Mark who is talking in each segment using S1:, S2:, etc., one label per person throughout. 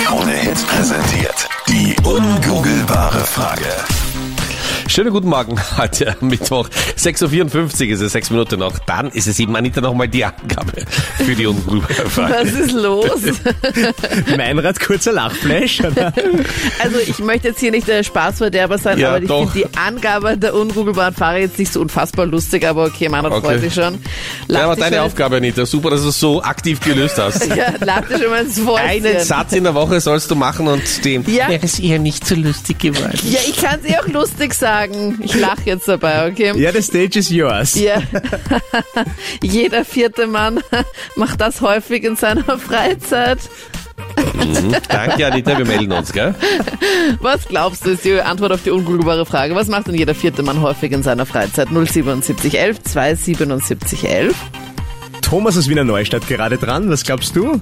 S1: Krone Hits präsentiert die ungoogelbare Frage.
S2: Schönen guten Morgen heute am Mittwoch. 6.54 Uhr ist es, sechs Minuten noch. Dann ist es eben, Anita, nochmal die Angabe für die ungoogelbare Frage.
S3: Was ist los?
S4: Meinrad, kurzer Lachflash. oder?
S3: Also ich möchte jetzt hier nicht der Spaßverderber sein,
S2: Ja,
S3: aber ich
S2: doch.
S3: finde die Angabe der unrugelbaren Fahrer jetzt nicht so unfassbar lustig, aber okay, man
S2: Okay.
S3: freut sich schon.
S2: Ja, aber
S3: dich
S2: deine
S3: schon-
S2: Aufgabe, Anita. Super, dass du es so aktiv gelöst hast.
S3: Ja, lacht dich schon mal ins Fäustchen.
S2: Einen Satz in der Woche sollst du machen und den.
S3: Ja.
S2: Wäre es eher nicht so lustig geworden.
S3: Ja, ich kann es eh auch lustig sagen. Ich lache jetzt dabei, okay?
S4: Ja, the stage is yours.
S3: Ja. Jeder vierte Mann macht das häufig in seiner Freizeit.
S2: Danke, Anita, wir melden uns, gell?
S3: Was glaubst du, ist die Antwort auf die ungoogelbare Frage. Was macht denn jeder vierte Mann häufig in seiner Freizeit? 07711 27711.
S4: Thomas aus Wiener Neustadt gerade dran, was glaubst du?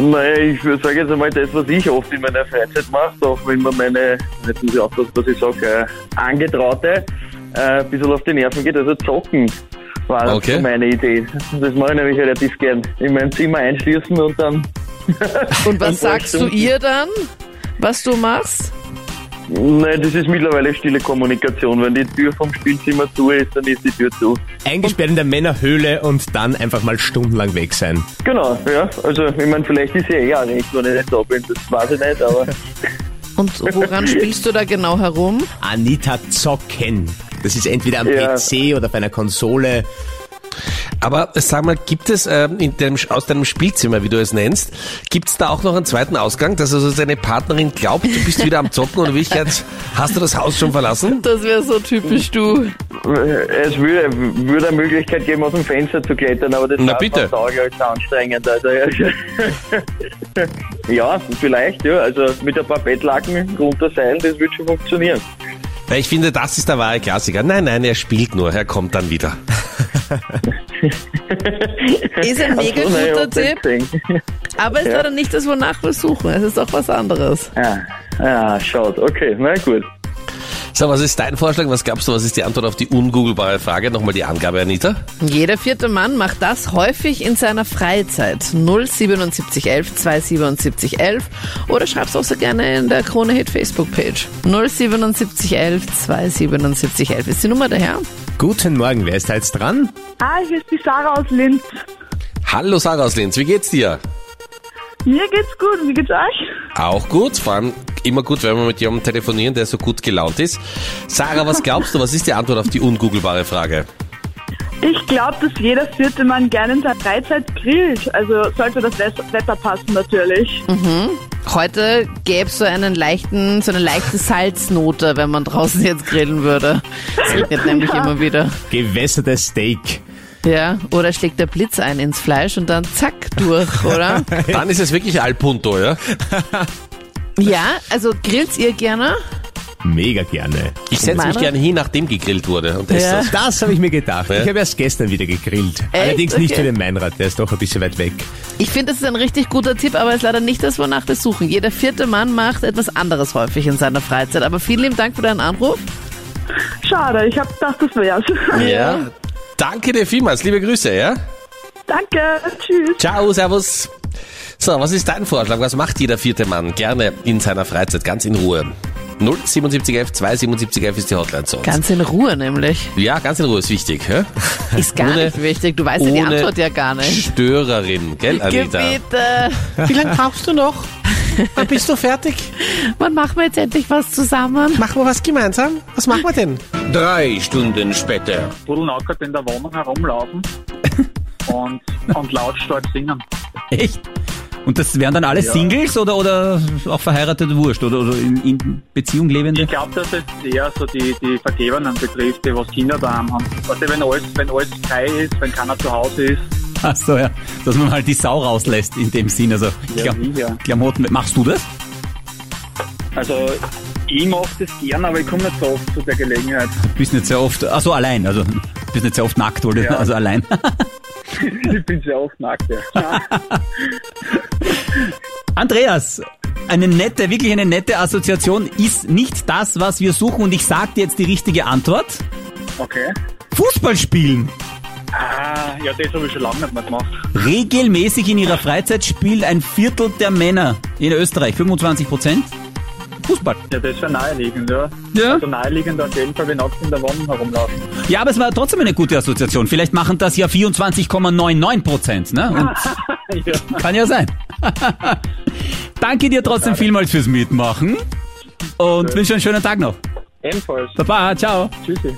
S5: Naja, ich würde sagen jetzt einmal das, was ich oft in meiner Freizeit mache, auch wenn man meine, jetzt muss ich aufpassen, was ich sage, äh, Angetraute äh, ein bisschen auf die Nerven geht, also zocken war das
S2: Okay.
S5: so meine Idee. Das mache ich nämlich relativ gern. In mein Zimmer einschließen und dann,
S3: Und was
S5: Und
S3: sagst du
S5: Stunden.
S3: ihr dann, was du machst?
S5: nein, das ist mittlerweile stille Kommunikation. Wenn die Tür vom Spielzimmer zu ist, dann ist die Tür zu.
S4: Eingesperrt in der Männerhöhle und dann einfach mal stundenlang weg sein.
S5: Genau, ja, also ich meine, vielleicht ist ja eh auch nicht, wenn ich nicht da bin, das weiß ich nicht, aber
S3: Und woran spielst du da genau herum?
S4: Anita zocken. Das ist entweder am
S5: Ja.
S4: PC oder auf einer Konsole.
S2: Aber sag mal, gibt es ähm, in deinem, aus deinem Spielzimmer, wie du es nennst, gibt es da auch noch einen zweiten Ausgang, dass also deine Partnerin glaubt, du bist wieder am Zocken und in Wirklichkeit hast du das Haus schon verlassen?
S3: Das wäre so typisch du.
S5: Äh, Es würde, würde eine Möglichkeit geben, aus dem Fenster zu klettern, aber das
S2: Na
S5: war
S2: bitte.
S5: vom Auge als anstrengend. Also, ja. ja, vielleicht, ja. Also mit ein paar Bettlaken runterseilen, das wird schon funktionieren.
S2: Ja, Ich finde, das ist der wahre Klassiker. Nein, nein, er spielt nur, er kommt dann wieder.
S3: Ist ein mega
S5: Ach so, nein, ich
S3: guter
S5: hab's nicht
S3: Tipp,
S5: gesehen.
S3: aber es war dann nicht das, wonach wir suchen. Es ist doch was anderes.
S5: Ah, ah, schaut. Okay, na gut.
S2: So, was ist dein Vorschlag? Was glaubst du, was ist die Antwort auf die ungoogelbare Frage? Nochmal die Angabe, Anita.
S3: Jeder vierte Mann macht das häufig in seiner Freizeit. 07711 27711 oder schreib's auch so gerne in der Krone Hit Facebook Page. 07711 27711 ist die Nummer daher.
S4: Guten Morgen, wer ist da jetzt dran?
S6: Hi, Ah, hier ist die Sarah aus Linz.
S2: Hallo Sarah aus Linz, wie geht's dir?
S6: Mir geht's gut, wie geht's euch?
S2: Auch gut, vor allem immer gut, wenn wir mit jemandem telefonieren, der so gut gelaunt ist. Sarah, was glaubst du, was ist die Antwort auf die ungoogelbare Frage?
S6: Ich glaube, dass jeder vierte Mann gerne in seiner Freizeit grillt. Also sollte das Wes- Wetter passen natürlich.
S3: Heute gäbe es so einen leichten, so eine leichte Salznote, wenn man draußen jetzt grillen würde. Es regnet nämlich immer wieder.
S4: Gewässertes Steak.
S3: Ja, oder schlägt der Blitz ein ins Fleisch und dann zack durch, oder?
S2: Dann ist es wirklich Al Punto, ja?
S3: ja, also grillt ihr gerne?
S4: Mega gerne.
S2: Ich setze mich
S3: Meiner?
S2: gerne hin, nachdem gegrillt wurde und esse
S3: Ja.
S2: das.
S4: Das habe ich mir gedacht.
S2: Ja.
S4: Ich habe erst gestern wieder gegrillt. Allerdings nicht
S3: Okay.
S4: für den Meinrad, der ist doch ein bisschen weit weg.
S3: Ich finde, das ist ein richtig guter Tipp, aber es ist leider nicht das, wonach wir suchen. Jeder vierte Mann macht etwas anderes häufig in seiner Freizeit. Aber vielen lieben Dank für deinen Anruf.
S6: Schade, ich habe gedacht, das wär's.
S2: Ja. Danke dir vielmals, liebe Grüße, ja?
S6: Danke, tschüss.
S2: Ciao, servus. So, was ist dein Vorschlag? Was macht jeder vierte Mann gerne in seiner Freizeit, ganz in Ruhe? 077F, 277F ist die Hotline zu uns.
S3: Ganz in Ruhe nämlich.
S2: ja, ganz in Ruhe ist wichtig. Hä?
S3: Ist gar
S2: Ohne-
S3: nicht wichtig. Du weißt ja Also die
S2: ohne
S3: Antwort ja gar nicht.
S2: Störerin, gell, Anita?
S3: Gebete.
S2: Wie lange brauchst du noch? Dann bist du fertig.
S3: Wann machen wir jetzt endlich was zusammen?
S2: Machen wir was gemeinsam? Was machen wir denn? Drei Stunden später.
S7: pudelnackert in der Wohnung herumlaufen und, und lautstark singen.
S8: Echt? Und das wären dann alle Singles oder, oder auch verheiratete Wurst oder, oder in, in Beziehung lebende?
S7: Ich glaube, dass es eher so die, die Vergebenen betrifft, die was Kinder daheim haben. Also wenn alles, wenn alles frei ist, wenn keiner zu Hause ist,
S8: Ach so, ja. Dass man halt die Sau rauslässt in dem Sinn. Also,
S7: ja,
S8: Klam
S7: sicher.
S8: Klamotten. Machst du das?
S7: Also ich mache das gern, aber ich komme nicht so oft zu der Gelegenheit.
S8: Du bist nicht sehr oft, ach so, allein. Also, du bist nicht sehr oft nackt, oder?
S7: Ja.
S8: Also allein.
S7: Ich bin sehr oft nackt. Ja.
S8: Andreas, eine nette, wirklich eine nette Assoziation ist nicht das, was wir suchen. Und ich sag dir jetzt die richtige Antwort.
S7: Okay.
S8: Fußball spielen.
S7: Ah, ja, das habe ich schon lange nicht mehr gemacht.
S8: Regelmäßig in ihrer Freizeit spielt ein Viertel der Männer
S7: In Österreich 25 Prozent. Fußball.
S9: Ja, das ist schon naheliegend, ja.
S7: Ja.
S9: Also naheliegend auf jeden Fall, wenn Ochsen in der Wohnung herumlaufen.
S7: Ja, aber es war trotzdem eine gute Assoziation. Vielleicht machen das ja 24,99 Prozent. Ne? Und
S9: ja.
S7: kann ja sein. Danke dir trotzdem vielmals fürs Mitmachen und wünsche einen schönen Tag noch.
S9: Ebenfalls.
S7: Baba, ciao.
S9: Tschüssi.